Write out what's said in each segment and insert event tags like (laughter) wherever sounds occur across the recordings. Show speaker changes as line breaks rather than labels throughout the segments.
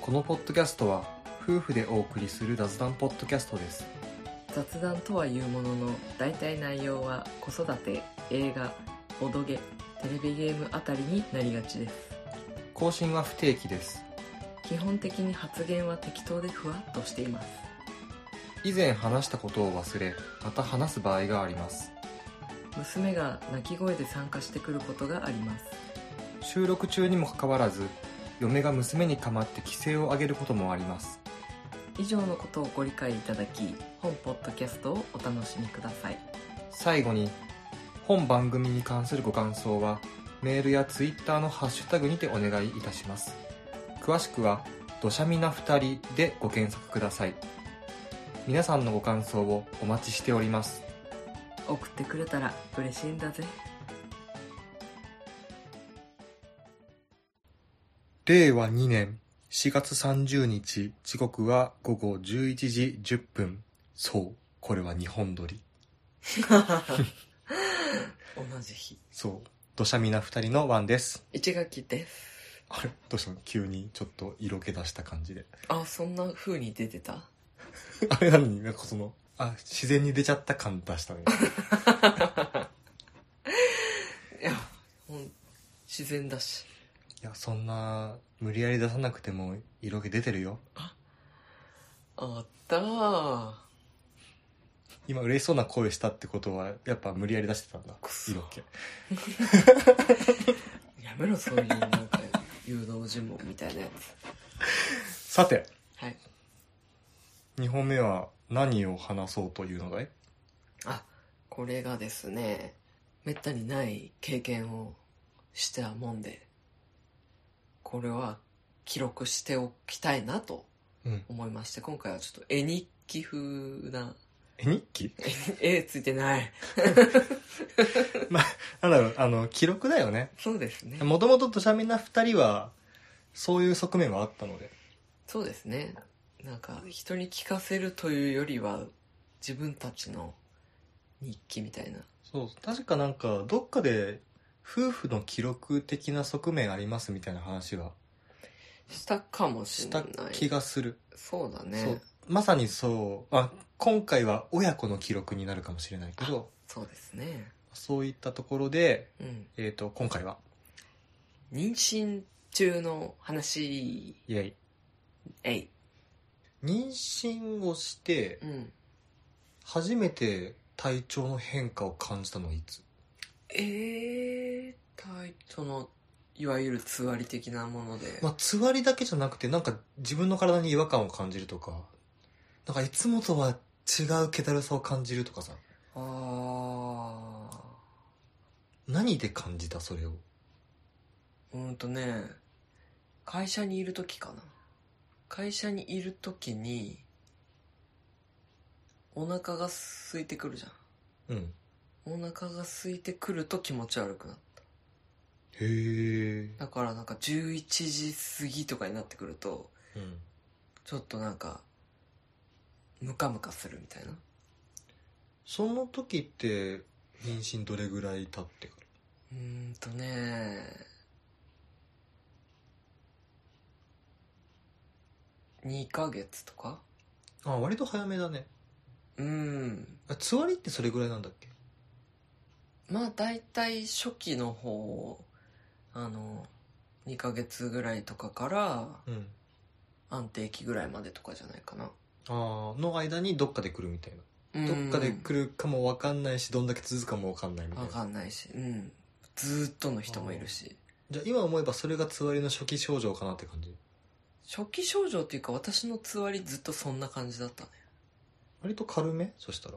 このポッドキャストは夫婦でお送りする雑談ポッドキャストです
雑談とはいうものの大体内容は子育て映画おどげテレビゲームあたりになりがちです
更新は不定期です
基本的に発言は適当でふわっとしています
以前話したことを忘れまた話す場合があります
娘が泣き声で参加してくることがあります
収録中にもかかわらず嫁が娘にかまって規制を上げることもあります
以上のことをご理解いただき本ポッドキャストをお楽しみください
最後に本番組に関するご感想はメールやツイッターのハッシュタグにてお願いいたします詳しくは「どしゃみな2人」でご検索ください皆さんのご感想をお待ちしております
送ってくれたら嬉しいんだ (laughs) ぜ
令和2年4月30日時刻は午後11時10分そうこれは日本撮り
同じ日
そう土砂みな2人のワンです
1学期です
あれどうしたの急にちょっと色気出した感じで
(laughs)
(laughs)
あそんな風に出てた
あれなのになんかそのあ自然に出ちゃった感出したね
いやほん自然だし
いやそんな無理やり出さなくても色気出てるよ
あったー
今嬉しそうな声したってことはやっぱ無理やり出してたんだ
くそ
色気
やめろそういうなんか誘導尋問みたいなや
さて
つはい
2本目は何を話そうというのだい
あこれがですねめったにない経験をしたもんでこれは記録しておきたいなと
うん
思いまして今回はちょっと絵日記風な (laughs)
絵日記
絵絵ついてない
なんだろうあの記録だよね
そうですね
もともと土砂みな2人はそういう側面はあったので
そうですねなんか人に聞かせるというよりは自分たちの日記みたいな
そう確かなんかどっかで夫婦の記録的な側面ありますみたいな話は
したかもし
し
れな
た
い
気がする、
そうだね
そうまさにそうあ今回は親子の記録になるかもしれないけど
そうですね
そういったところで、
うん
えー、と今回は
妊娠中の話
イエイ
えい
妊娠をして
うん
初めて体調の変化を感じたのはいつ
えー、タイそのいわゆるつわり的なもので、
まあ、つわりだけじゃなくてなんか自分の体に違和感を感じるとかなんかいつもとは違う気だるさを感じるとかさ
ああ
何で感じたそれを
うーんとね会社にいる時かな会社にいる時にお腹が空いてくるじ
うん
ゃんお腹が空いてくると気持ち悪くなる
へえ、
だからなんか11時過ぎとかになってくると
うん、
ちょっとなんかムカムカするみたいな
その時って妊娠どれぐらい経ってから
うーんとね2ヶ月とか
あ割と早めだね
うん
あつわりってそれぐらいなんだっけ
まあ大体初期の方あの2ヶ月ぐらいとかから
うん
安定期ぐらいまでとかじゃないかな
あーの間にどっかで来るみたいなどっかで来るかも分かんないしどんだけ続くかも分かんないみたい
分
な
かんないしうんずーっとの人もいるし
じゃあ今思えばそれがつわりの初期症状かなって感じ
初期症状っていうか私のつわりずっとそんな感じだったね
割と軽めそした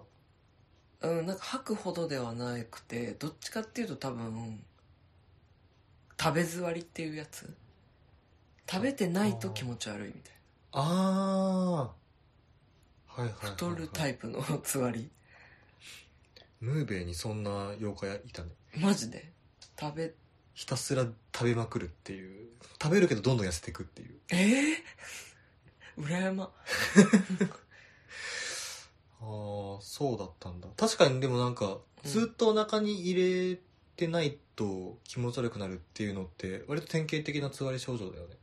ら
うんなんか吐くほどではなくてどっちかっていうと多分食べ座りっていうやつ食べてないと気持ち悪いみたい
ああはいはいはいはい、
な太るタ
イ
イプのつわり
プムーベイにそんな妖怪いたね
マジで食べ
ひたすら食べまくるっていう食べるけどどんどん痩せていくっていう
ええー、 (laughs) 羨ま
ああそうだったんだ確かにでもなんか
うん
ずっとお腹に入れてないと気持ち悪くなるっていうのって割と典型的なつわり症状だよね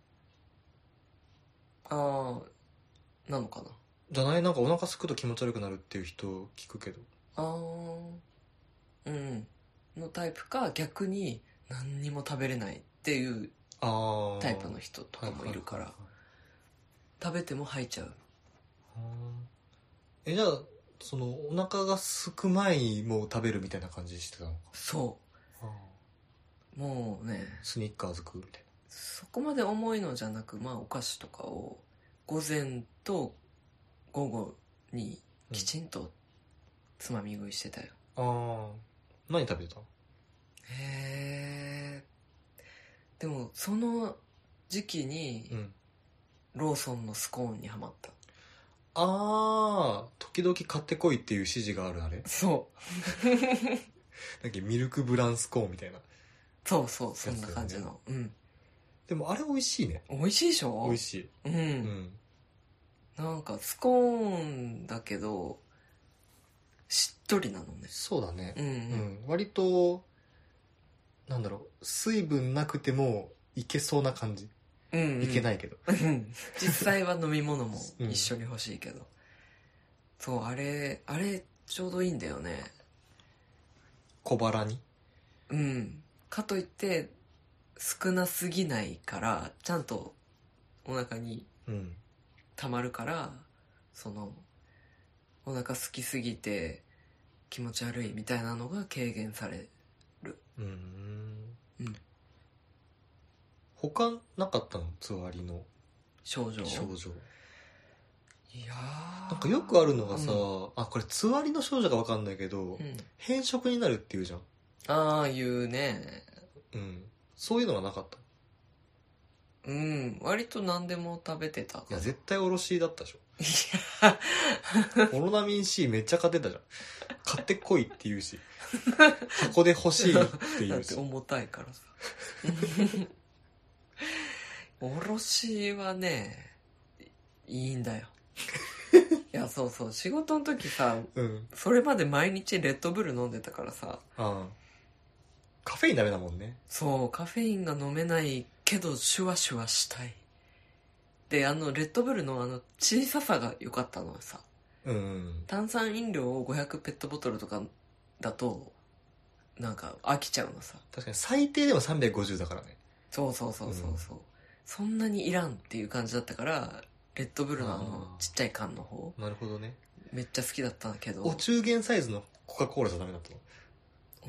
ああ、なのかな。
じゃないなんかお腹すくと気持ち悪くなるっていう人聞くけど
ああ、うん。のタイプか、逆に何にも食べれないっていう
ああ
タイプの人とかもいるから、食べても吐いちゃう。
えじゃあそのお腹がすく前にもう食べるみたいな感じしてたのか
そ
あー
う。もうね、
スニッカーズ食うみたい
そこまで重いのじゃなく、まあお菓子とかを午前と午後にきちんとつまみ食いしてたよ。
なああ何食べてたの
へえ。でも、その時期に
うん
ローソンのスコーンにはまった。
ああ時々買ってこいっていう指示があるあれ
そう。
なんかミルクブランスコーンみたいな
そうそう、そんな感じの。うん。
でもあれ美味しいね
美味しいでしょ
美味しい
うん、
うん
なんか、スコーンだけど、しっとりなのね。
そうだね
うん、う。
うんん割となんだろう水分なくてもいけそうな感じ
うん、うん。。
いけないいけど
(laughs) 実際は飲み物も
うん
一緒に欲しいけど。そう、あれ、あれ、ちょうどいいんだよね。
小腹に
うん。かといって、少なすぎないから、ちゃんとお腹に
うん
溜まるから、その、お腹空きすぎて気持ち悪いみたいなのが軽減され、
うーん
うん
他なかったのつわりの
症状。
症状
いやー
なんかよくあるのがさ、
う
あこれつわりの症状がわかんないけど、
んうん
変色になるっていうじゃん
ああ、いうね。
うんそういうのがなかった
うん。割と何でも食べてたか
い
ら
や絶対おろしだったでしょ
い
(laughs) オロナミン C めっちゃ買ってたじゃん買ってこいって言う
(laughs)
し箱で欲しいって
や、だ
言
っ
う
て
し
重たいからさ。 (laughs) おろしはね、いいんだよ。いや、そうそう。仕事の時さ、
うん
それまで毎日レッドブル飲んでたからさ、
ああカフェインダメだもんね
そう、カフェインが飲めないけど、シュワシュワしたい。で、あの、レッドブルのあの、小ささが良かったのはさ、
うんうん
炭酸飲料を500ペットボトルとかだと、なんか飽きちゃうのさ。
確かに最低でも350だからね
そうそうそうそうそう。そんなにいらんっていう感じだったから、レッドブルのあの
あ、ー
ちっちゃい缶の方、
なるほどね
めっちゃ好きだったんだけど、
お
お
中元サイズのコカ・コーラじゃダメだったの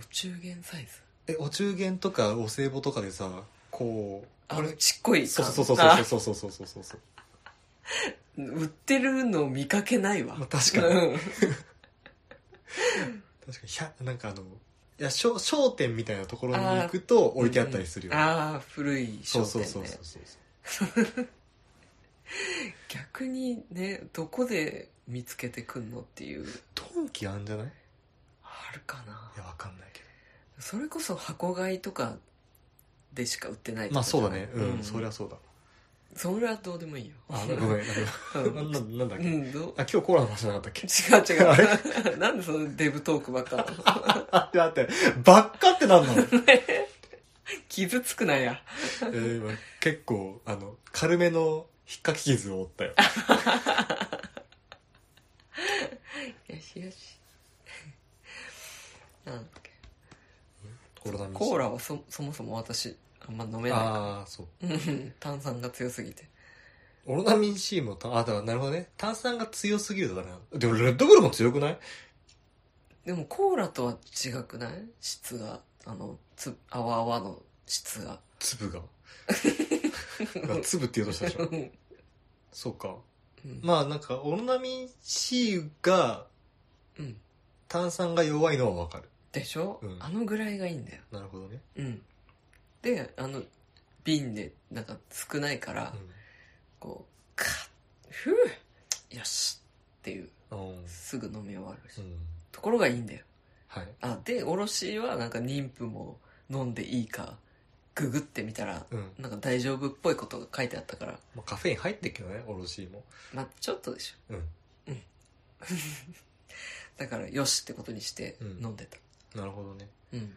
中元サイズ
えお中元とかお歳暮とかでさこう
あ
こ
の
れ、
ちっこい
そう
缶。
そうそうそうそうそうそうそうそうそう
あ売ってるの見かけないわ。
まあ確かに
うん
確かにひゃなんかあのいや商商店みたいなところに行くと置いてあったりするよ、ね
ああ古い商
そう
店
そう
ね
そうそうそう
逆にねどこで見つけてくんのっていう
ドンキあんじゃないい
あるかな
やわかんないけ
それこそ箱買いとかでしか売ってない
どまあそうだねうん、そり
れ
ゃ
は
そうだ
それはどうでもいいよ
あごめん
(laughs) うん
なんかなんなんだっ
う
け、あ
んどう
今日コーラの話じゃなかったっけ
違う
あ
違う (laughs) なんでそのデブトークばっかなの
あってあってばっかってなんなの
傷つくなや
えー今結構あの軽めの引っかき傷を負ったよ
よしよし (laughs) なんだっけ
コーラなんです
コーラはそそもそも私あんま飲めな
ああそう
いうん (laughs) 炭酸が強すぎて
オロナミン C もたあだからなるほどね炭酸が強すぎるとダメなのでもレッドブルも強くない
でもコーラとは違くない質が。あの、つ、あわあわの質が。
粒が今粒って言おうとしたでしょ
うん
そうかまあなんかオロナミン C が
うん。
炭酸が弱いのはわかる
でしょ、
うん
あのぐらいがいいんだよ。
なるほどね、
うん。で、あの、瓶で、なんか少ないから、こう、カッ、ふぅ、よしっていう、
うんうん
すぐ飲み終わるし。
うん
ところがいいんだよ。
はい
あ、で、おろしはなんか妊婦も飲んでいいか、ググってみたら、
うん
なんか大丈夫っぽいことが書いてあったから、
まあ、カフェイン入ってっけどねおろしも
まあちょっとでしょ。
うん
(laughs) だから、よしってことにして
うん
飲んでた。
なるほどね
うん。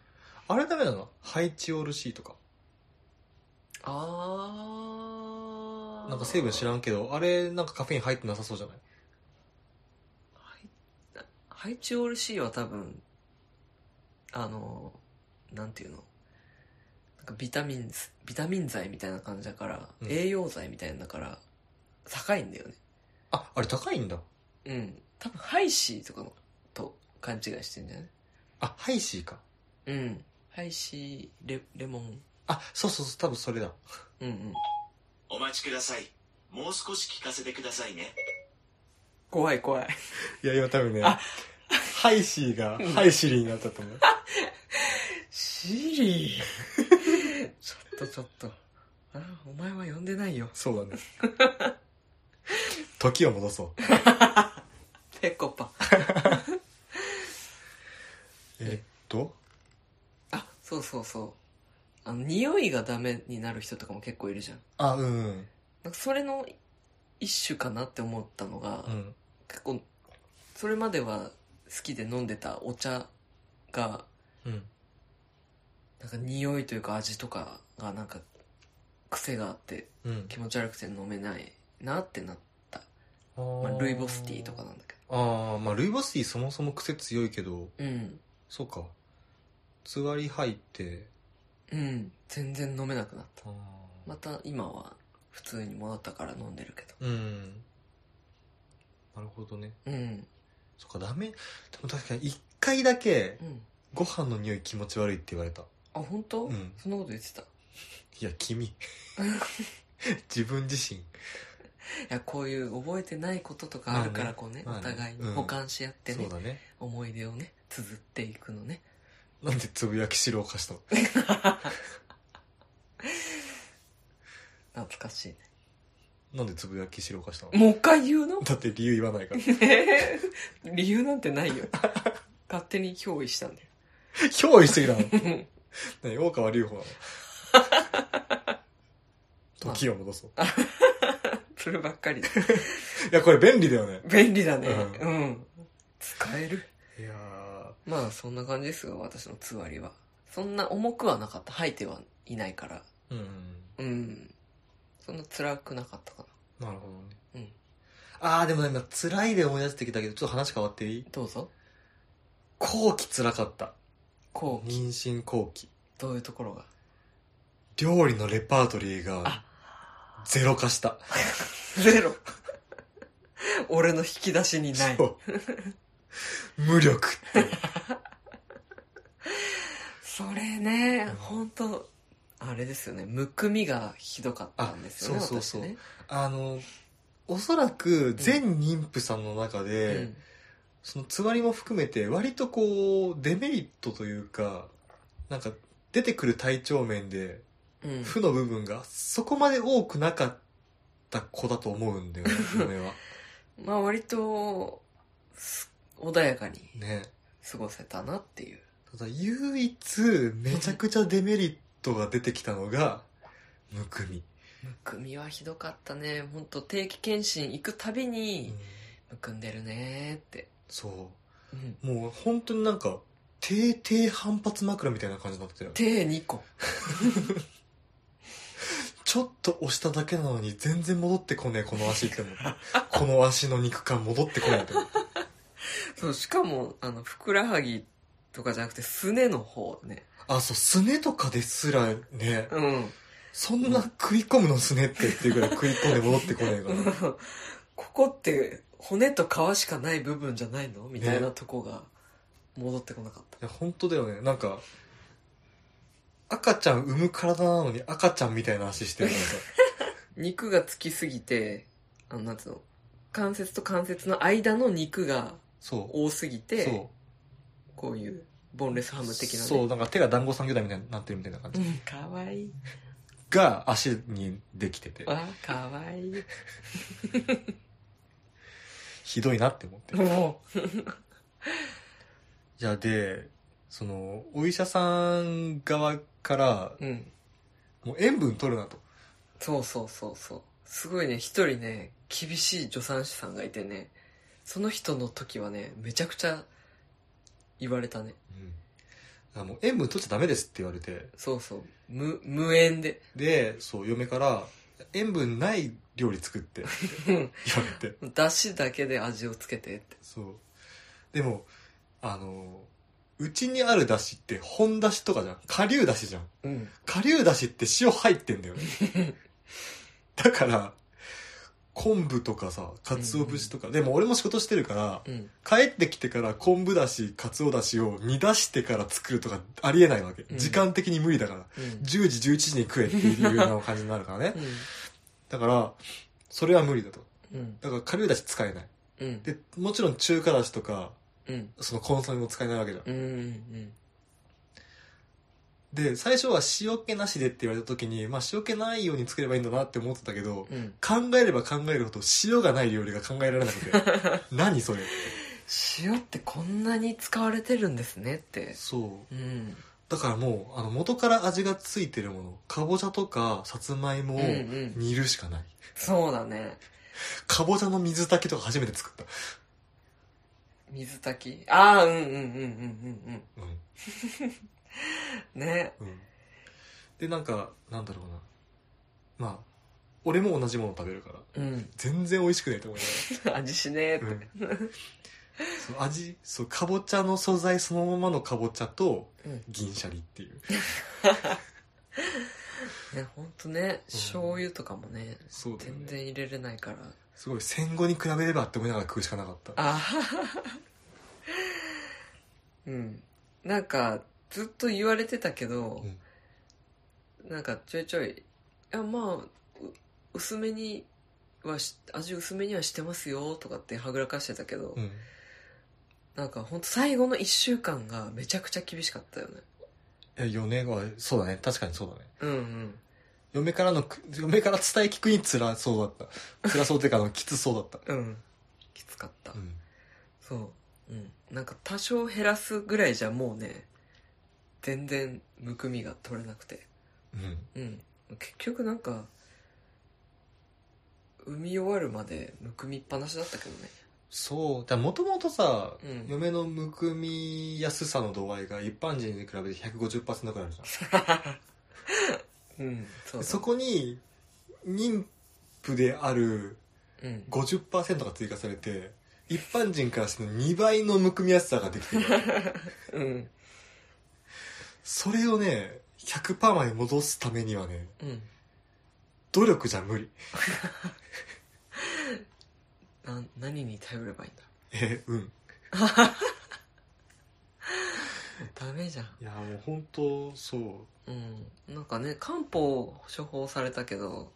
あれダメなのハイチオルシーとか
ああー
なんか成分知らんけどあれなんかカフェイン入ってなさそうじゃない
はいハイチュオール C は多分、あの、なんていうの、なんかビタミン、ビタミン剤みたいな感じだから、
うん
栄養剤みたいなのだから、高いんだよね。
ああれ高いんだ
うん。多分、ハイシーとかのと勘違いしてんじゃない
あハイシーか
うん。ハイシー、レ、レモン。
あそうそうそう多分それだ
うんうん。
お待ちください。もう少し聞かせてくださいね。
怖い怖い。
いや今多分ね
あ
ハイシーがハイシリーになったと思う
シリー。 (laughs) ちょっとちょっと。あ、お前は呼んでないよ。
そうだね時を戻そう
ペコパ。
えっと
あ、そうそうそう。あの、匂いがダメになる人とかも結構いるじゃん。
あうん
なんかそれの一種かなって思ったのが、
うん
結構、それまでは好きで飲んでたお茶が、
うん
なんか匂いというか味とかがなんか癖があって
うん
気持ち悪くて飲めないなってなった。
あ
ま
ー
あ、ルイボスティーとかなんだけ
ああまあルイボスティーそもそも癖強いけど
ど。うん。
そうかつわり入って
うん。全然飲めなくなった。
あー
また今は普通に戻ったから飲んでるけど。
うんなるほどね
うん。
そっかダメでも確かに一回だけ
うん。
ご飯の匂い気持ち悪いって言われた
あ、本当、
うん
そんなこと言ってた。
いや (laughs) 君自分自身
いやこういう覚えてないこととかあるからこうね,、
まあね
お互いに
うん
保管し合ってね
そう、だね
思い出をね綴っていくのね
なんでつぶやきしろを貸したの
懐かしいね
なんでつぶやきしろを貸したの
もう一回言うの (laughs)
だって理由言わないから
えー理由なんてない
(laughs)
よ勝手に憑依したんだよ
憑依してきたの何大川隆法な (laughs) の時を戻そう
そればっかり
いやこれ便利だよね
便利だね
う
うん、使える
いや
まあそんな感じですよ私のつわりはそんな重くはなかった吐いてはいないから
ーうん
うんそんな辛くなかったかな
なるほどね
うん
ああでもね今辛いで思い出してきたけどちょっと話変わっていい
どうぞ
後期辛かった
こう
妊娠後期
どういうところが
料理のレパートリーが
あ
ゼロ化した (laughs)
ゼロ。俺の引き出しにない。
そう無力って
(laughs) それね
うん、
本当あれですよね、むくみがひどかったんですよね、
あそうそうそう
私ね
あのおそらく全妊婦さんの中で、
うん
そのつわりも含めて割とこうデメリットというかなんか出てくる体調面で
うん
負の部分がそこまで多くなかった子だと思うんだよね嫁
(laughs)
は
まあ割と、す穏やかに
ね
過ごせたなっていう。
ただ唯一めちゃくちゃデメリットが出てきたのがむくみ、
むくみはひどかったね。本当定期検診行くたび
うん
に、むくんでるねーって。
そ
うん。
うもう本当になんか低低反発枕みたいな感じになってたよね
手2個。
ちょっと押しただけなのに全然戻ってこねえこの足って思ってこの足の肉感戻ってこないと思って
そう、しかも、あの、ふくらはぎとかじゃなくて、すねの方ね。
あ、そう、すねとかですらね、
うん。
そんな食い込むのすねってっていうぐらい食い込んで戻ってこねえから。
こ (laughs) こって骨と皮しかない部分じゃないのみたいなとこが戻ってこなかった、
いや、本当だよね。なんか、赤ちゃん産む体なのに赤ちゃんみたいな足してるからさ。
肉がつきすぎてあのなんつうの関節と関節の間の肉が
そう。
多すぎて
そ
こういうボンレスハ
う。
ム的な、ね、
そう、なんか手が団子三兄弟みたいになってるみたいな感
う
じ。
んかわいい
が、足にできてて、
わかわいい
ひどいなって思って。
も
じゃあで、その、お医者さん側から、
ううん
もう塩分取るなと。
そうそうそうそうすごいね一人ね厳しい助産師さんがいてねその人の時はねめちゃくちゃ言われたね
うん。あもう塩分取っちゃダメですって言われて。
そうそう無無縁で (laughs)
でそう嫁から塩分ない料理作って (laughs)
うん
言われて
だしだけで味をつけてって
そうでもあのうちにあるだしって本だしとかじゃん顆粒だしじゃん
うん
顆粒だしって塩入ってんだよねだから昆布とかさ鰹節とか、でも俺も仕事してるから
うん
帰ってきてから昆布だし鰹だしを煮出してから作るとかありえないわけ、
うん
時間的に無理だから
うん
10時11時に食えっていうような感じになるからね
う
だからそれは無理だと
ん
だから顆粒だし使えない
うん
でもちろん中華だしとか
うん
そのコンソメも使えないわけじゃん、
うんうん
で最初は塩気なしでって言われた時に、まあ、塩気ないように作ればいいんだなって思ってたけど、
うん
考えれば考えるほど塩がない料理が考えられなくて
(laughs)
何それ
塩ってこんなに使われてるんですねって
そう
うん
だからもうあの元から味がついてるものかぼちゃとかさつまいも
うん
を
うん
煮るしかない、
そうだね
かぼちゃの水炊きとか初めて作っ
水炊きああうんうんうんうんうん
たうん
うんね
うんでなんかなんだろうなまあ俺も同じもの食べるから
うん (laughs)
全然美味しくないと思いながら
味しねえって (laughs)
うんそう味そうかぼちゃの素材そのままのかぼちゃと
うん
銀シャリっていう
ねほんとね醤油とかもね
そうだよ
全
ね
然入れれないから
すごい戦後に比べればって思いながら食うしかなかった
あはははうんなんかずっと言われてたけど、なんかちょいちょいいやまあう薄めにはし味薄めにはしてますよとかってはぐらかしてたけど、
うん
なんかほんと最後の1週間がめちゃくちゃ厳しかったよね
いや嫁がそうだね確かにそうだね
うんうん
嫁からのく嫁から伝え聞くに辛そうだった辛そうっていうかあのきつそうだった
うんきつかった、
うん
そううんなんか多少減らすぐらいじゃもうね全然むくみが取れなくて
うん
うん結局なんか産み終わるまでむくみっぱなしだったけどね
そうだもともとさ、
うん
嫁のむくみやすさの度合いが一般人に比べて150%くらいあるじゃん
うんそうだ
そこに妊婦である
うん
50%が追加されて一般人からしての2倍のむくみやすさができてる (laughs)
うん
それをね100%まで戻すためにはね
うん
努力じゃ無理
な何に頼ればいいんだ
えうん
ダメじゃん
いやもう本当そ
うんなんかね漢方を処方されたけど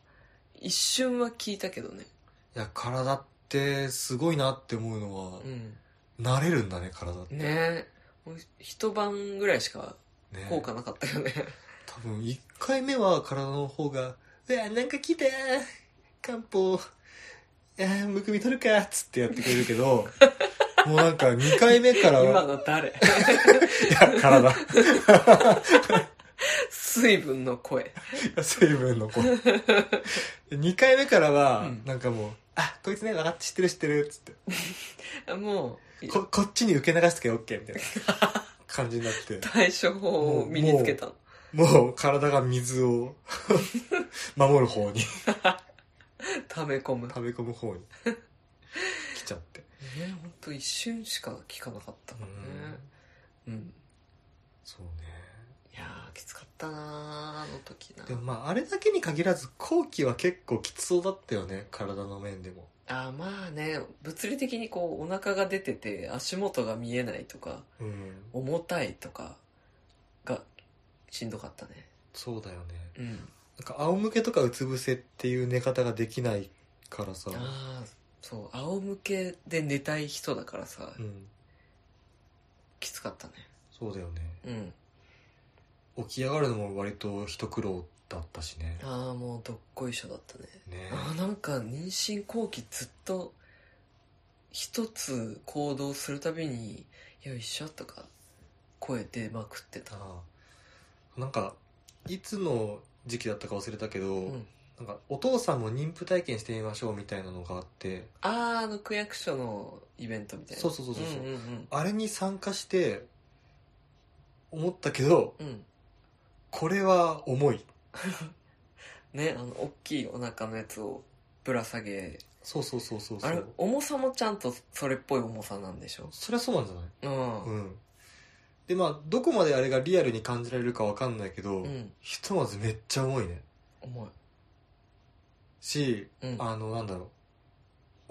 一瞬は効いたけどね
ういや体ってすごいなって思うのは
う、ん
慣れるんだね体って
ねもう一晩ぐらいしか
ね
効果なかったよね
多分1回目は体の方が「うわなんか来た漢方あーむくみ取るか」っつってやってくれるけ
(laughs)
どもうなんか2回目から
今
は
の誰
いや体
水分の声
水分の子2回目からは、
うん
なんかもう「あこいつね分かって知ってる知ってる」っつっ
もう
てここっちに受け流しとけオッケーみたいな感じになって
対処法を身につけたの
もう体が水を (laughs) 守る方 (laughs) に
溜め込むね
溜め込む方に来ちゃって、
ほんと一瞬しか効かなかったもんねうん、
そうね
いやーきつかったなーあの時な
でもまああれだけに限らず後期は結構きつそうだったよね体の面でも
あーまあね物理的にこうお腹が出てて足元が見えないとか
うん
重たいとかがしんどかったね
そうだよね
う
な
ん
んか仰向けとかうつ伏せっていう寝方ができないからさ、
ああそう仰向けで寝たい人だからさ、
うん、
きつかったね
そうだよね
うん
起き上がるのも割と一苦労だったしね
ああもうどっこいしょだったね
ね
あーなんか妊娠後期ずっと一つ行動するたびに「よいしょ」とか声出まくってた
ああなんかいつの時期だったか忘れたけど、
うん
なんかお父さんも妊婦体験してみましょうみたいなのがあって
あああの区役所のイベントみたいな
そうそうそうそうそうん
うん
あれに参加して思ったけど
うんうん
これは重い
ねあの大きいお腹のやつをぶら下げ
そうそうそうそうそ
あれ
う
重さもちゃんとそれっぽい重さなんでしょ
そりゃそうなんじゃない
うん
う、んでまあどこまであれがリアルに感じられるかわかんないけど、
うん、
ひとまずめっちゃ重いね
重い
し
うん
あのなんだろう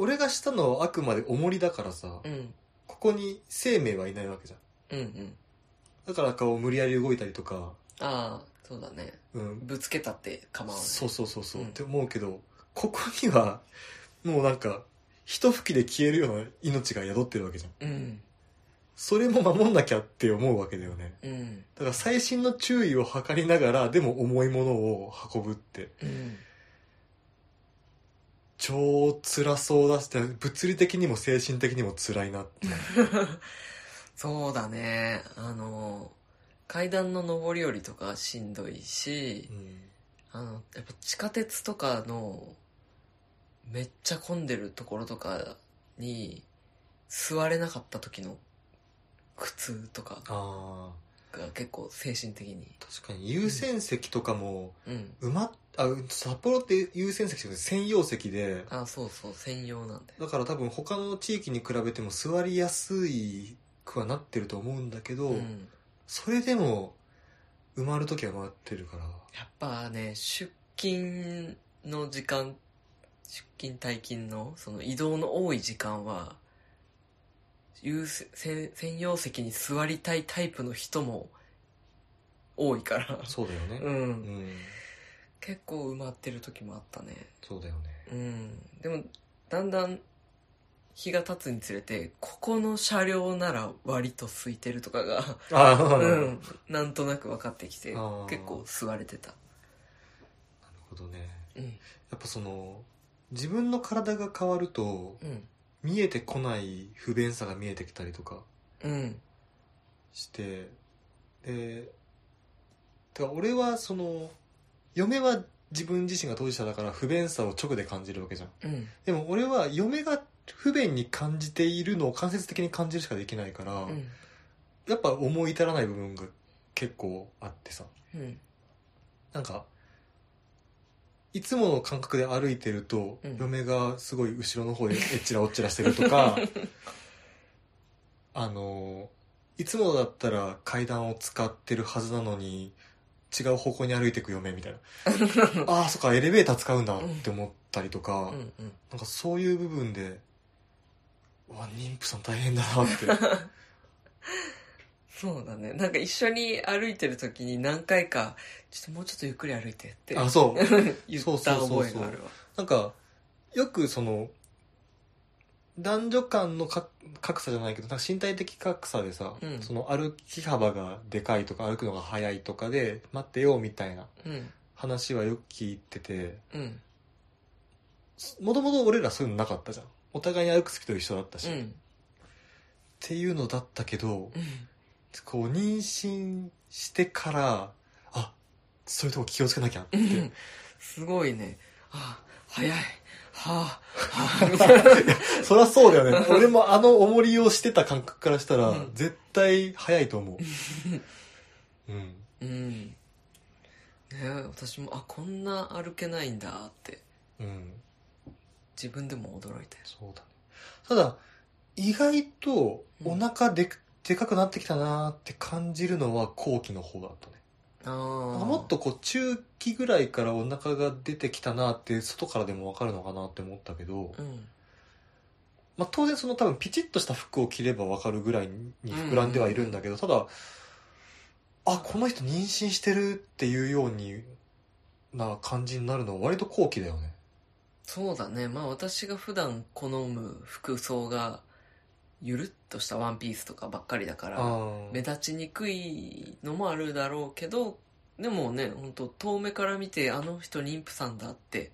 俺がしたのはあくまで重りだからさ、
うん
ここに生命はいないわけじゃん
うんうん
だから顔無理やり動いたりとか
ああそうだね
うん
ぶつけたって構わない
そうそうそうそう、
うん
って思うけどここにはもうなんか一吹きで消えるような命が宿ってるわけじゃん
うん
それも守んなきゃって思うわけだよね
うん
だから最新の注意を図りながらでも重いものを運ぶって
うん
超辛そうだし物理的にも精神的にも辛いなって
そうだねあの階段の上り下りとかしんどいしあのやっぱ地下鉄とかのめっちゃ混んでるところとかに座れなかった時の苦痛とか
ああ
が結構精神的に
確かに優先席とかも
うん
埋まっあ札幌って優先席じゃなくて専用席で
あそうそう専用なんだよ
だから多分他の地域に比べても座りやすいくはなってると思うんだけど、
うん
それでも埋まる時は埋まってるから
やっぱね出勤の時間出勤退勤のその移動の多い時間は優先専専用席に座りたいタイプの人も多いから
そうだよね
う
うん、
ん結構埋まってる時もあったね
そうだよね
うんでもだんだん日が経つにつれてここの車両なら割と空いてるとかが
ああ、
う
なる
んなんとなく分かってきて
あー
結構座れてた
ほどね
うん
やっぱその自分の体が変わると
うん
見えてこない不便さが見えてきたりとか
うん
してでてか俺はその嫁は自分自身が当事者だから不便さを直で感じるわけじゃん
うん
でも俺は嫁が不便に感じているのを間接的に感じるしかできないから、
うん
やっぱ思い至らない部分が結構あってさ
うん
なんかいつもの感覚で歩いてると、
うん
嫁がすごい後ろの方でえっちらおっちらしてると
(laughs)
かあのいつもだったら階段を使ってるはずなのに違う方向に歩いてく嫁み
(laughs)
たいなああそっかエレベーター使うんだって思ったりとか、
うんうん
なんかそういう部分で、うわ、妊婦さん大変だなって。
そうだねなんか一緒に歩いてる時に何回か「ちょっともうちょっとゆっくり歩いて」って (laughs)
あ、そう。
言っ
そう
た
そうそうそう
覚えがあるわ
なんか、よくその、男女間のか格差じゃないけど、なんか身体的格差でさ、
うん
その歩き幅がでかいとか歩くのが早いとかで、待ってよみたいな
うん
話はよく聞いてて、
うん
もともと俺らそういうのなかったじゃん。お互いに歩くスピード一緒だったし、
う
っ
ん
ていうのだったけど、
うん
こう妊娠してからあそういうとこ気をつけなきゃって
う
い
ん
や
すごいねあ早いはあはあみたいな
そりゃそうだよね俺もあの重りをしてた感覚からしたら、
うん
絶対早いと思
(laughs)
ううん
うんねえ私もあこんな歩けないんだって
うん
自分でも驚いて
そうだねただ意外とお腹で,、でかくなってきたなーって感じるのは後期の方だったね
ああ
もっとこう中期ぐらいからお腹が出てきたなーって外からでも分かるのかなって思ったけど、
うん
まあ、当然その多分ピチッとした服を着ればわかるぐらいに膨らんではいるんだけど、ただあこの人妊娠してるっていうようにな感じになるのは割と後期だよね
そうだねまあ私が普段好む服装がゆるっとしたワンピースとかばっかりだから
あ
目立ちにくいのもあるだろうけどでもね本当遠目から見てあの人妊婦さんだって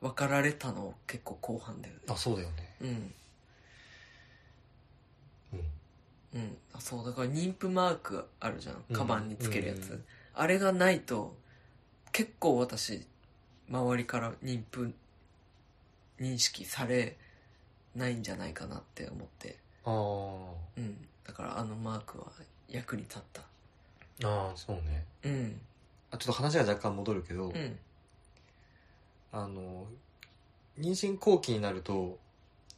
分かられたの結構後半だよね
あそうだよね
うん
うん
うんあそうだから妊婦マークあるじゃん
うん
カバンにつけるやつ、
うん
あれがないと結構私周りから妊婦認識されないんじゃないかなって思って
あー
うんだからあのマークは役に立った
あーそうね
うん
あちょっと話が若干戻るけど、
うん
あの妊娠後期になると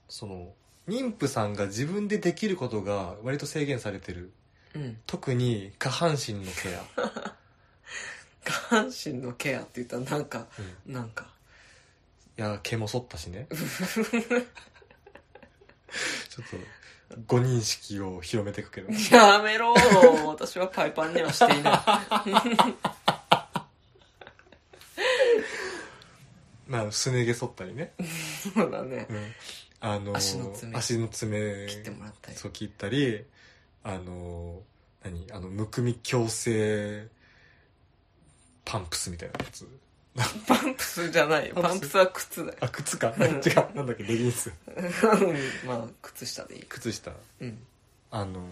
その妊婦さんが自分でできることが割と制限されてる
うん (laughs)
特に下半身のケ (laughs) ア、
下半身のケアって言ったらなんか
うんい
なんか (laughs)
や毛も剃ったしねちょっと誤認識を広めてくけど
やめろー私はパイパンにはして
(laughs)
いな
まあすね毛剃ったりね、
いそうだね
うんあの
足の爪
足の爪
切ってもらったり
そう切ったりあの何あのむくみ矯正パンプスみたいなやつ
パンプスじゃない
パンプス
パンプスは靴だよ (laughs)
あ靴か
うん
違うなんだっけレギンス
うんまあ靴下でいい
靴下
うん
あの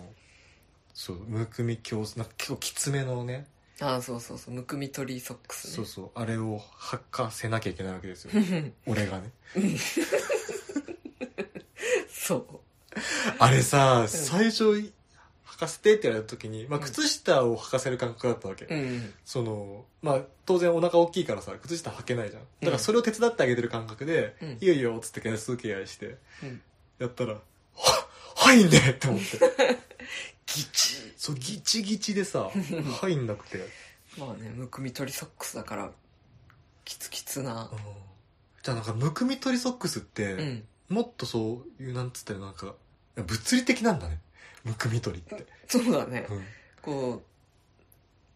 そうむくみ矯正なんか結構きつめのね
ああそうそうそうむくみ取りソックス
そう
ね
そうあれを履かせなきゃいけないわけですよ俺がね
(laughs) そう
あれさ最初履かせてって言われた時に、まあ、靴下を履かせる感覚だったわけ、
うん
そのまあ当然お腹大きいからさ靴下履けないじゃんだからそれを手伝ってあげてる感覚で「
うん
いいよいいよ」っつってケアすケアして、
うん
やったら「は入んねえ!」って思って
(laughs) ギチ
そうギチギチで
(laughs)
さ入んなくて、うん
まあねむくみ取りソックスだからキツキツな
じゃあなんかむくみ取りソックスって、
うん
もっとそういうなんつったらなんかいや物理的なんだねむくみ取りって、
そうだね
うん
こう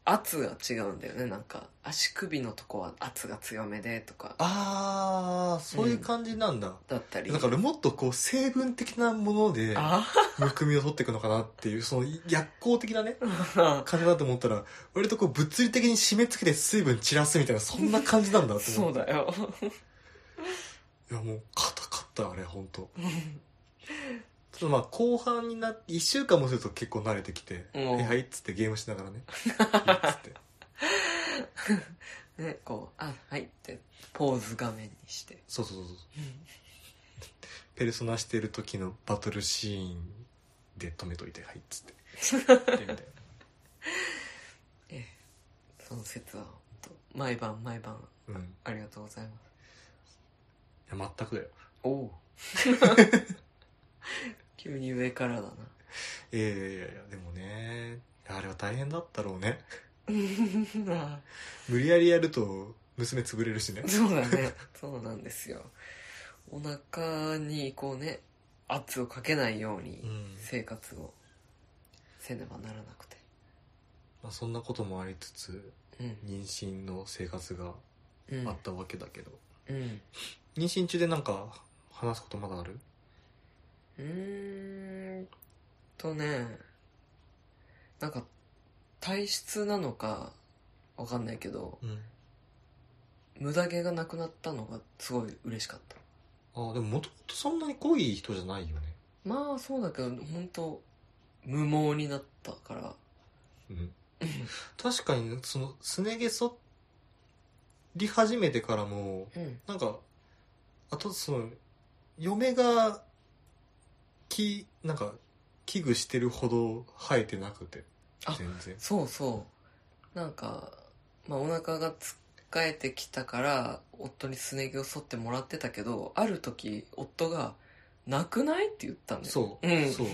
圧が違うんだよねなんか足首のとこは圧が強めでとか
ああそういう感じなんだ、
だったり
だからもっとこう成分的なもので
あ
むくみを取っていくのかなっていうその薬効的なね
(laughs) あ
感じだと思ったら割とこう物理的に締め付けて水分散らすみたいなそんな感じなんだと
そ
思
う
う
だよ
いやもう硬かったあれ本当ちょっとまあ後半になって1週間もすると結構慣れてきて「
うん
はいはい」っつってゲームしながらね「はいっつって
ねこうあはいってポーズ画面にして
そうそうそうそうペルソナしてる時のバトルシーンで止めといて「はい」っつって
(laughs)
でみたいな
その説は本当毎晩毎晩
うんい
ありがとうございます
や全くだよ
お (laughs) お急に上から (laughs) だない
やいやいやいやでもねあれは大変だったろうね (laughs)
うんあ
無理やりやると娘潰れるしね
ーそうだねそうなんですよお腹にこうね圧をかけないように
うん
生活をせねばならなくて
まあ、そんなこともありつつ
うん
妊娠の生活が
うん
あったわけだけど、
うん
妊娠中でなんか話すことまだある
うーんとねなんか体質なのかわかんないけど
うん
無駄毛がなくなったのがすごい嬉しかった
ああでももともとそんなに濃い人じゃないよね
まあそうだけど本当無毛になったから
うん確かにそのすね毛剃り始めてからも
うん
なんかあとその嫁がきなんか危惧してるほど生えてなくて
あ
全然
そうそうなんか、まあ、お腹がつっかえてきたから夫にすね毛を剃ってもらってたけどある時夫が「なくない?」って言ったんだよ
そう、
うん
そう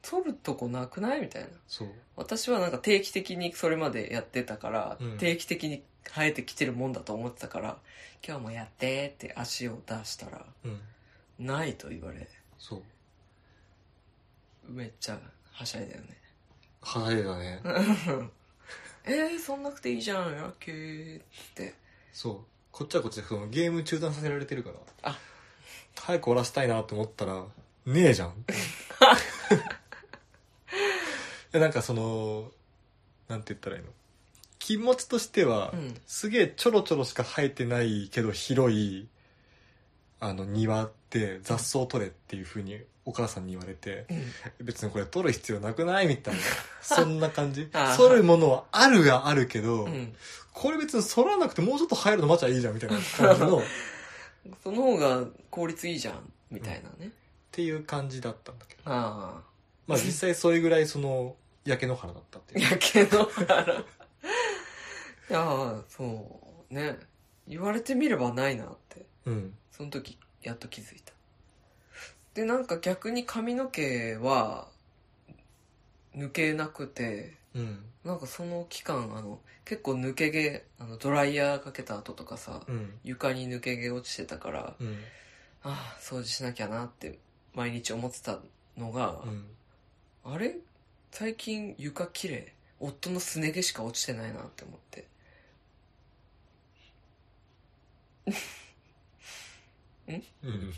剃るとこなくないみたいな
そう
私はなんか定期的にそれまでやってたから、
うん
定期的に生えてきてるもんだと思ってたから「今日もやって」って足を出したら
うん
「ない」と言われ
そう
めっちゃはしゃいだよね
生えだ
(laughs)
ね
えー、そんなくていいじゃんラッキーって
そうこっちはこっちでそのゲーム中断させられてるから
あ
早く終わらせたいなと思ったらねえ
(laughs)
じゃんいやなんかそのなんて言ったらいいの気持ちとしては、
うん
すげえちょろちょろしか生えてないけど広いあの庭って雑草取れっていうふうにお母さんに言われて
うん
別にこれ取る必要なくないみ
(laughs)
たいなそんな感じ
あー
取るものはあるがあるけど、
うん
これ別に剃らなくてもうちょっと入るの待ちゃいいじゃんみたいな感じ
(laughs)
のっ
その方が効率いいじゃんみたいなね、
ていう感じだったんだけど
ああ
まあ実際それぐらいその焼け野原だ
(laughs)
ったって
い
いう
やけどあらいやそうね言われてみればないなって
うん
その時やっと気づいたでなんか逆に髪の毛は抜けなくて
うん
なんかその期間あの結構抜け毛あのドライヤーかけた後とかさ、
うん
床に抜け毛落ちてたから、
うん
ああ掃除しなきゃなって毎日思ってたのが、
うん
あれ最近床綺麗夫のすね毛しか落ちてないなって
(laughs)
思って
うん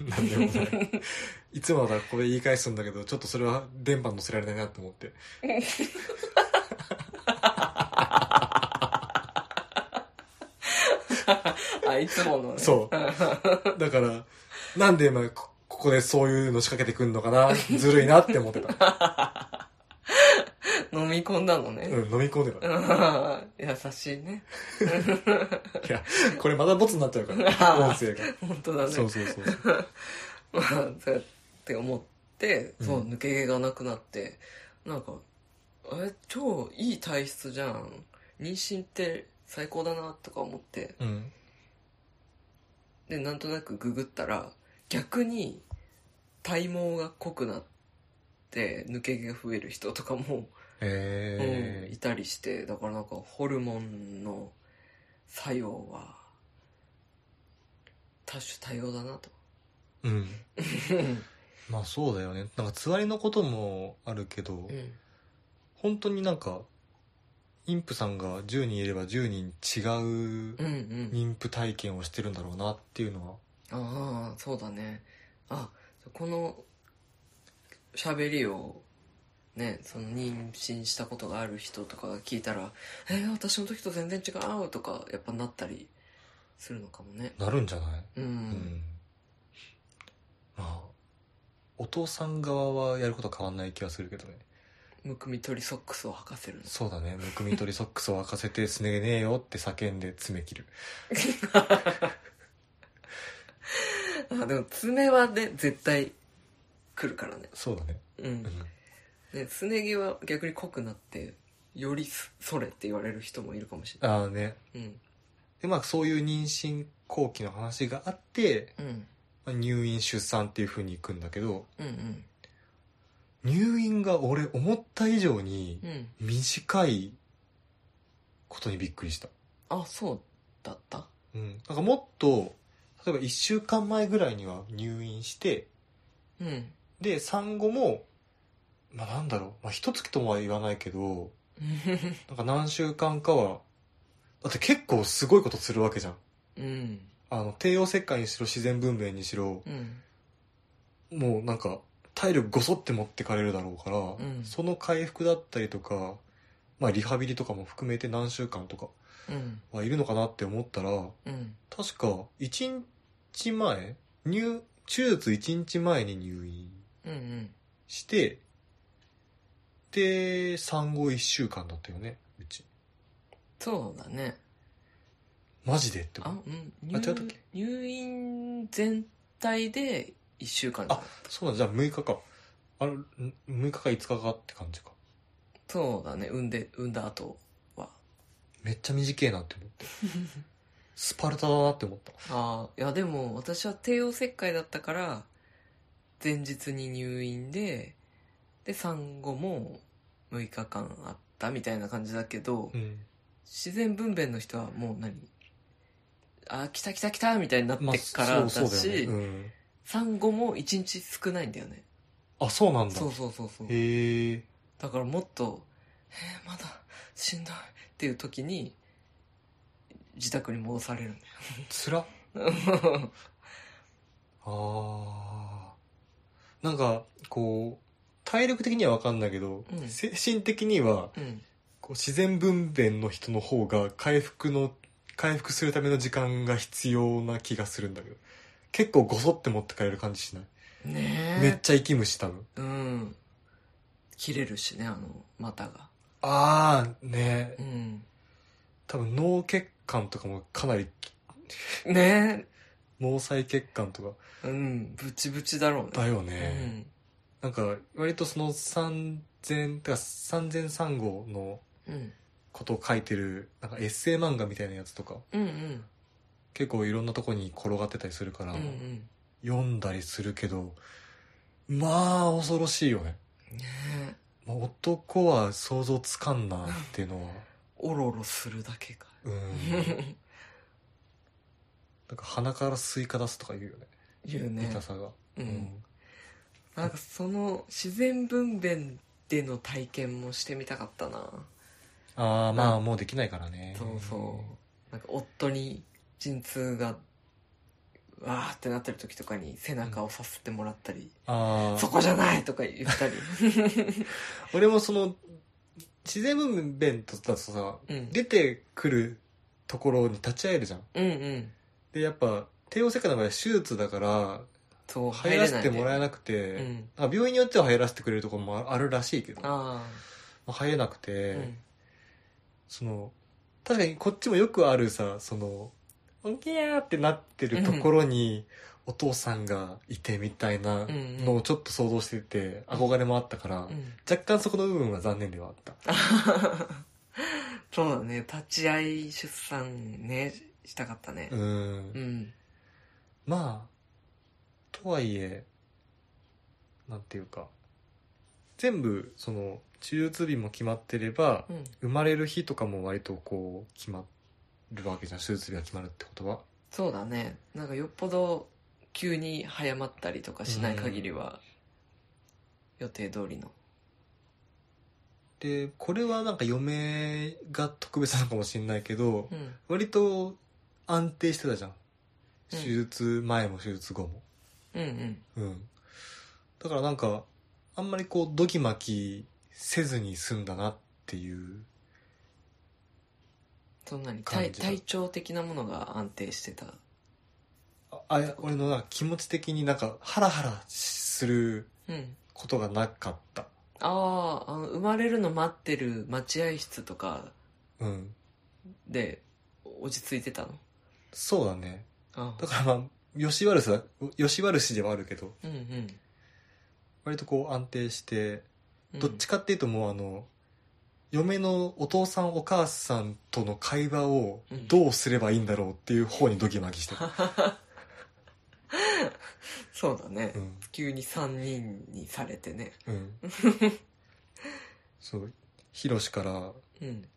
なんでもない (laughs) いつもだこれ言い返すんだけどちょっとそれは電波に乗せられないなと思って
あいつものね
そう (laughs) だからなんで今こここでそういうの仕掛けてくんのかなずるいなって思 (laughs) ってた、
飲み込んだの
う
ね、
ん、飲み込んでた
うん (laughs) 優しいね
いやこれまたボツになっちゃうから音声が
本当だね
そうそうそうそう
まあ (laughs) そうやって思ってそう
うん
抜け毛がなくなって、なんかあれ超いい体質じゃん妊娠って最高だなとか思って
うん
でなんとなくググったら逆に体毛が濃くなって抜け毛が増える人とかも、
へ
うん、
え
いたりしてだからなんかホルモンの作用は多種多様だなと
うん、まあそうだよねなんかつわりのこともあるけど、
うん
本当になんか妊婦さんが10人いれば10人違う
うんうん
妊婦体験をしてるんだろうなっていうのは
ああそうだねあこの喋りをねその妊娠したことがある人とかが聞いたら「えー私の時と全然違う」とかやっぱなったりするのかもね
なるんじゃない、う
う
ん
ん、
まあお父さん側はやること変わんない気がするけどね
むくみ取りソックスを履かせるの
そうだねむくみ取りソックスを履かせてすねげねえよって叫んで爪切る
あでも爪はね絶対来るからね
そうだね
うん
うん
ねすね毛は逆に濃くなってよりそそれって言われる人もいるかもしれな
ああね
いうん
でまあそういう妊娠後期の話があって、
うん
まあ入院出産っていうふうに行くんだけど
うんうん
入院が俺思った以上に、
うん
短いことにびっくりした、
あそうだった
うん、なんかもっと例えば1週間前ぐらいには入院して
うん
で産後も、まあ、なんだろう、まあ、一月ともは言わないけどなんか何週間かはだって結構すごいことするわけじゃん
うん
あの帝王切開にしろ自然分娩にしろ
うん
もうなんか体力ごそって持ってかれるだろうから、
ん
その回復だったりとか、まあ、リハビリとかも含めて何週間とか
うん
はいるのかなって思ったら
うん
確か1日前入手術1日前に入院
うんうん
してで産後1週間だったよねうち
そうだね
マジでって
あ
思う
うん
あ違ったっけ
入院全体で1週間だ
あそうなんじゃあ6日かあれん6日か5日かって感じか
そうだね産んで産んだ後は
めっちゃ短いなって思って
(laughs)
スパルタだなって思った
ああいやでも私は帝王切開だったから前日に入院でで産後も6日間あったみたいな感じだけど
うん
自然分娩の人はもう何あー来た来た来たみたいになっ
まあ
てからだし、
そうそうだよね、うん、
産後も1日少ないんだよね
あそうなんだ
そうそうそうそう
へえ
だからもっと「えー、まだしんどい」っていう時に自宅に戻されるん (laughs) だ
つら
よ
ああなんかこう体力的には分かんないけど、
うん
精神的には
うん
こう自然分娩の人の方が回復の回復するための時間が必要な気がするんだけど結構ごそって持ってかれる感じしない、めっ
ね
ちゃ息虫多分
えうん切れるしねあの股が
ああね
う
え
ん
多分脳血管とかもかなり
ね
脳細血管とか
えうんブチブチだろうね
だよ
う
ね、
ん
なんか割とその産前てか産前産後の
うん
ことを書いてるなんかエッセイ漫画みたいなやつとか
うんうん
結構いろんなとこに転がってたりするから、
うんうん
読んだりするけどまあ恐ろしいよね、
ねえ
まあ、男は想像つかんなっていうのは
(laughs) おろおろするだけか
うんなんか鼻からスイカ出すとか言うよね
(laughs) 言うね
痛さが、
う、
うん
なんかその自然分娩での体験もしてみたかったな
ああまあ
う
もうできないからね
そうそうなんか夫に陣痛がわーってなってる時とかに背中をさせてもらったり、
あ
そ
あ
こじゃないとか言っ
(laughs)
たり、
俺もその自然分娩とだとさ
うん、
出てくるところに立ち会えるじゃん
うんうん
でやっぱ帝王切開の場合は手術だから
そう
入らせてもらえ
な
なくて、
いねうん
あ病院によっては入らせてくれるところもあるらしいけど、ま
あ
あ、入れなくて、
あ、うん
その確かにこっちもよくあるさそのおぎゃーってなってるところにお父さんがいてみたいなのをちょっと想像してて憧れもあったから、
うん、
若干そこの部分は残念ではあった
そうだね立ち会い出産ねしたかったね
うん
うん
まあとはいえなんていうか全部その手術日も決まってれば
うん
生まれる日とかも割とこう決まるわけじゃん手術日が決まるってことは
そうだねなんかよっぽど急に早まったりとかしない限りは、予定通りの
でこれはなんか嫁が特別なのかもしれないけど、
うん
割と安定してたじゃん
う
手
ん
術前も手術後も
うんうん
うんだからなんかあんまりこうドキマキせずに済んだなっていう
そんなに
感
体
じだ
体調的なものが安定してた
ああれ俺のなんか気持ち的になんかハラハラする
うん
ことがなかった
あーあの生まれるの待ってる待合室とか
うん
で落ち着いてたの
そうだね
あ
だからまあよし悪さよし悪しではあるけど
あうんうん
割とこう安定して
うん
どっちかっていうともうあの嫁のお父さんお母さんとの会話を
うん
どうすればいいんだろうっていう方にドギマギしてた、
そうだね、
うん
急に3人にされてね
うん
(laughs)
そうヒロシから
うん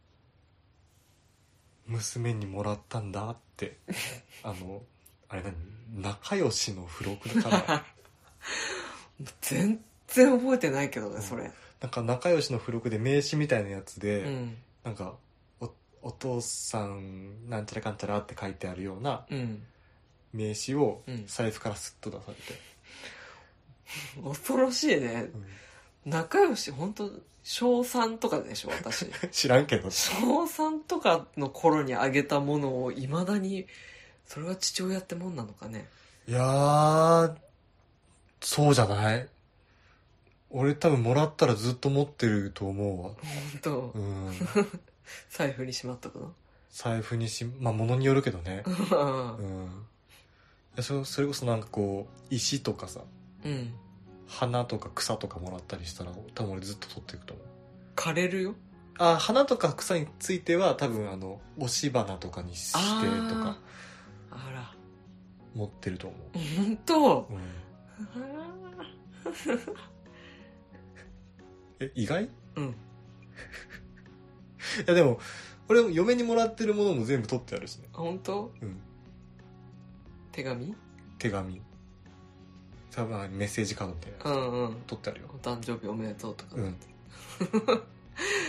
「娘にもらったんだ」ってあのあれ何仲良しの付録だから
(laughs) 全然覚えてないけどねそれ
なんか仲良しの付録で名刺みたいなやつで、
うん
なんかおお父さんなんちゃらかんちゃらって書いてあるような
うん
名刺を
うん
財布からスッと出されて、
恐ろしいね
うん
仲良し本当小3とかでしょ
(laughs)
私
知らんけど
小3とかの頃にあげたものをいまだにそれは父親ってもんなのかね
いやー、そうじゃない俺多分もらったらずっと持ってると思うわ。
本当
うん。
財布にしまっとくの (laughs)
財布にし、まあ、物によるけどね。
あ
う
あ
ん。いやそそれこそなんかこう、石とかさ、
うん
花とか草とかもらったりしたら、多分俺ずっと取っていくと思う。
枯れるよ
あ、花とか草については多分あの、押し花とかにしてとか
あーあら
持ってると思
本当
う。うん。
あ
え、意 (laughs) 外い
ーうん
やでも、俺も嫁にもらってるものも全部取ってあるしね。
本当
うん。
手紙
手紙多分メッセージカードみたいなやつ
うんうん
取ってあるよ
お誕生日おめでとうとか、
うん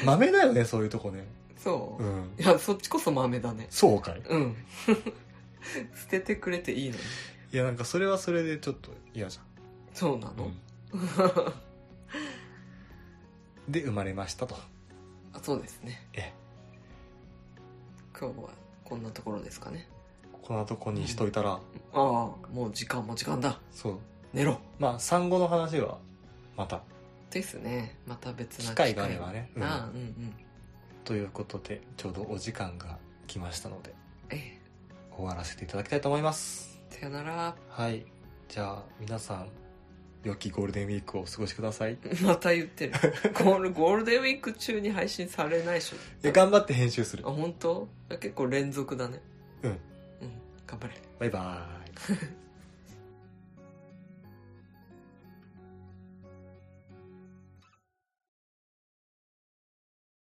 豆だよねそういうとこね
そう、
うん
いやそっちこそ豆だね
そうかい
うん (laughs) 捨ててくれていいのに
いやなんかそれはそれでちょっと嫌じ
そうな
ゃん、う
の、
ん、 (laughs) で生まれましたと
あそうですね
ええ
今日はこんなところですかね
こんなとこにしといたら、
ああもう時間も時間だ
そう
寝ろ
まあ産後の話はまた
ですねまた別な
機会があればね、うん
ああうんうん
ということでちょうどお時間が来ましたので
え
終わらせていただきたいと思います
えさよなら (laughs)
はいじゃあ皆さん良きゴールデンウィークをお過ごしください
また言ってるゴールゴールデンウィーク中に配信されないでし
え頑張って編集する
ょあ本当結構連続だね
うん
うん頑張れ
バイバーイ。